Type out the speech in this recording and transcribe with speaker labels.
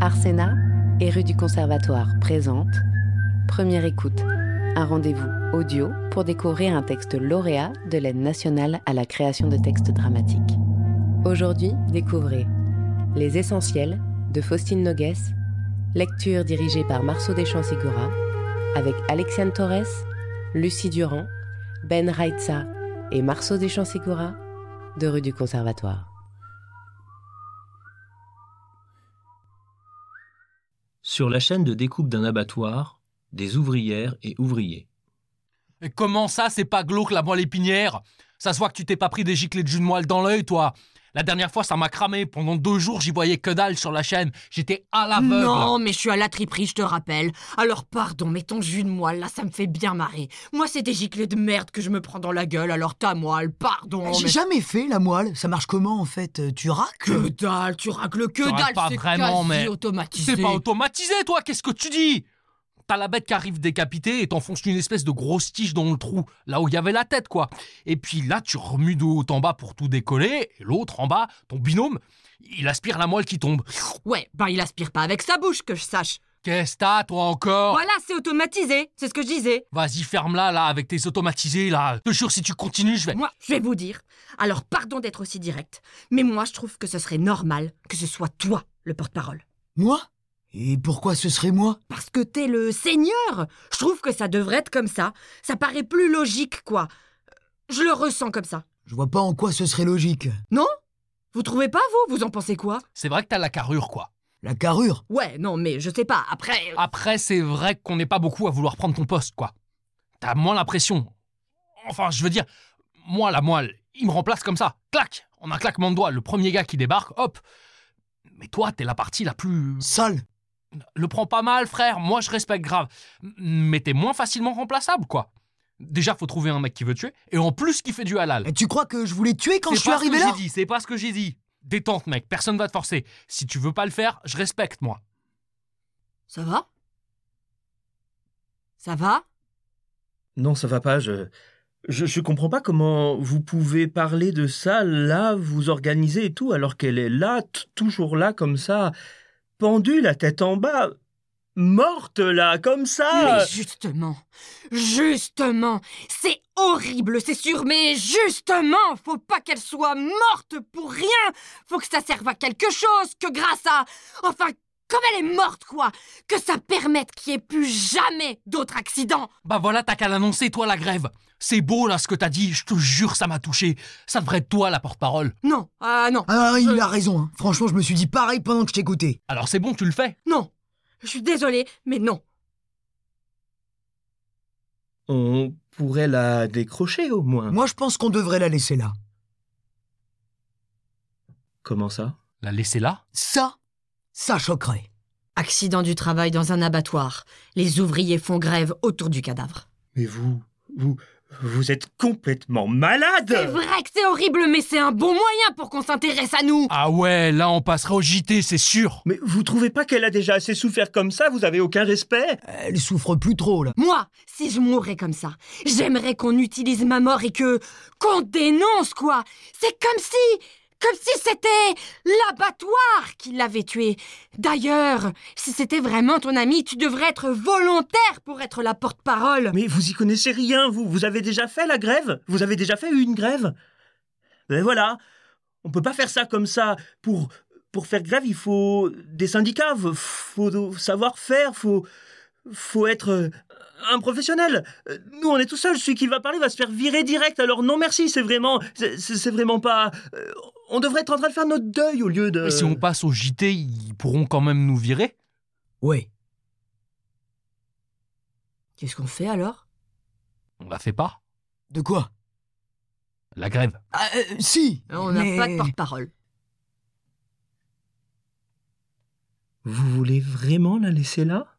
Speaker 1: Arsena et rue du Conservatoire présente Première écoute, un rendez-vous audio pour découvrir un texte lauréat de l'aide nationale à la création de textes dramatiques. Aujourd'hui, découvrez Les essentiels de Faustine Nogues, lecture dirigée par Marceau Deschamps-Sigora, avec Alexiane Torres, Lucie Durand, Ben Raitsa et Marceau Deschamps-Sigora de rue du Conservatoire.
Speaker 2: Sur la chaîne de découpe d'un abattoir, des ouvrières et ouvriers.
Speaker 3: Et comment ça, c'est pas glauque la moelle épinière Ça se voit que tu t'es pas pris des giclées de jus de moelle dans l'œil, toi. La dernière fois, ça m'a cramé. Pendant deux jours, j'y voyais que dalle sur la chaîne. J'étais à l'aveugle.
Speaker 4: Non, mais je suis à la triperie, je te rappelle. Alors pardon, mais ton jus de moelle, là, ça me fait bien marrer. Moi, c'est des giclées de merde que je me prends dans la gueule, alors ta moelle,
Speaker 3: Oh,
Speaker 4: pardon.
Speaker 5: J'ai
Speaker 4: mais-
Speaker 5: jamais fait la moelle. Ça marche comment en fait Euh, Tu
Speaker 4: Que
Speaker 5: racles
Speaker 4: dalle, tu racles que
Speaker 3: Ça va
Speaker 4: dalle,
Speaker 3: pas
Speaker 4: c'est
Speaker 3: vraiment,
Speaker 4: quasi
Speaker 3: mais
Speaker 4: automatisé.
Speaker 3: C'est pas automatisé, toi, qu'est-ce que tu dis T'as la bête qui arrive décapitée et t'enfonces une espèce de grosse tige dans le trou, là où il y avait la tête, quoi. Et puis là, tu remues de haut en bas pour tout décoller, et l'autre en bas, ton binôme, il aspire la moelle qui tombe.
Speaker 4: Ouais, ben il aspire pas avec sa bouche, que je sache.
Speaker 3: Qu'est-ce que t'as, toi, encore
Speaker 4: Voilà, c'est automatisé, c'est ce que je disais.
Speaker 3: Vas-y, ferme-la, là, avec tes automatisés, là. Je te jure, si tu continues, je vais...
Speaker 4: Moi, je vais vous dire. Alors pardon d'être aussi direct, mais moi, je trouve que ce serait normal que ce soit toi le porte-parole.
Speaker 5: Moi Et pourquoi ce serait moi
Speaker 4: Parce que t'es le seigneur Je trouve que ça devrait être comme ça. Ça paraît plus logique, quoi. Je le ressens comme ça.
Speaker 5: Je vois pas en quoi ce serait logique.
Speaker 4: Non Vous trouvez pas, vous Vous en pensez quoi
Speaker 3: C'est vrai que t'as la carrure, quoi.
Speaker 5: La carrure
Speaker 4: Ouais, non, mais je sais pas. Après. euh,
Speaker 3: Après, c'est vrai qu'on n'est pas beaucoup à vouloir prendre ton poste, quoi. T'as moins l'impression. Enfin, je veux dire, moi, la moelle, il me remplace comme ça. Clac En un claquement de doigts, le premier gars qui débarque, hop Mais toi, t'es la partie la plus.
Speaker 5: sale.
Speaker 3: Le prends pas mal, frère, moi, je respecte grave. M- Mais t'es moins facilement remplaçable, quoi. Déjà, faut trouver un mec qui veut tuer, et en plus, qui fait du halal.
Speaker 5: Et Eh, tu crois que je voulais te tuer quand
Speaker 3: C'est
Speaker 5: je suis
Speaker 3: pas ce
Speaker 5: arrivé
Speaker 3: que
Speaker 5: là
Speaker 3: j'ai dit, C'est pas ce que j'ai dit. Détente, mec, personne va te forcer. Si tu veux pas le faire, je respecte, moi.
Speaker 4: Ça va Ça va
Speaker 6: Non, ça va pas, je... Je, je comprends pas comment vous pouvez parler de ça, là, vous organiser et tout, alors qu'elle est là, t- toujours là, comme ça, pendue, la tête en bas, morte, là, comme ça
Speaker 4: Mais justement, justement, c'est horrible, c'est sûr, mais justement, faut pas qu'elle soit morte pour rien. Faut que ça serve à quelque chose, que grâce à, enfin, comme elle est morte, quoi, que ça permette qu'il n'y ait plus jamais d'autres accidents.
Speaker 3: Bah voilà, t'as qu'à l'annoncer, toi, la grève. C'est beau, là, ce que t'as dit, je te jure, ça m'a touché. Ça devrait être toi, la porte-parole.
Speaker 4: Non, ah non,
Speaker 5: Ah, il a raison. hein. Franchement, je me suis dit pareil pendant que je t'écoutais.
Speaker 3: Alors c'est bon, tu le fais.
Speaker 4: non. Je suis désolée, mais non.
Speaker 6: On pourrait la décrocher, au moins.
Speaker 5: Moi, je pense qu'on devrait la laisser là.
Speaker 6: Comment ça
Speaker 3: La laisser là
Speaker 5: Ça, ça choquerait.
Speaker 4: Accident du travail dans un abattoir. Les ouvriers font grève autour du cadavre.
Speaker 6: Mais vous, vous, vous êtes complètement malade
Speaker 4: C'est vrai que c'est horrible, mais c'est un bon moyen pour qu'on s'intéresse à nous.
Speaker 3: Ah ouais, là, on passera au JT, c'est sûr.
Speaker 6: Mais vous trouvez pas qu'elle a déjà assez souffert comme ça, vous avez aucun respect
Speaker 5: Elle souffre plus trop là.
Speaker 4: Moi, si je mourais comme ça, j'aimerais qu'on utilise ma mort et que. qu'on dénonce, quoi C'est comme si. comme si c'était l'abattoir qui l'avait tué. D'ailleurs, si c'était vraiment ton ami, tu devrais être volontaire pour être la porte-parole.
Speaker 6: Mais vous y connaissez rien, vous. Vous avez déjà fait la grève Vous avez déjà fait une grève Ben voilà. On peut pas faire ça comme ça. Pour, pour faire grève, il faut des syndicats, faut- faut savoir faire, faut, faut être euh, un professionnel. Euh, Nous, on est tout seul. Celui qui va parler va se faire virer direct. Alors non, merci. C'est vraiment, c'est- c'est c'est vraiment pas. euh, On devrait être en train de faire notre deuil au lieu de.
Speaker 3: Et si on passe au JT, ils pourront quand même nous virer
Speaker 5: Ouais.
Speaker 4: Qu'est-ce qu'on fait alors
Speaker 3: On la fait pas,
Speaker 5: De quoi
Speaker 3: la grève.
Speaker 5: Ah, euh, Si.
Speaker 4: On n'a
Speaker 5: mais-
Speaker 4: pas de porte-parole.
Speaker 6: Vous voulez vraiment la laisser là